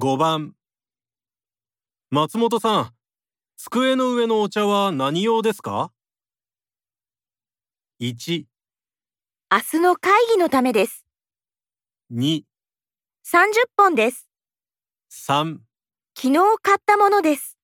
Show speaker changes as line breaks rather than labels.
5番松本さん、机の上のお茶は何用ですか ?1、
明日の会議のためです。
2、
30本です。
3
昨日買ったものです。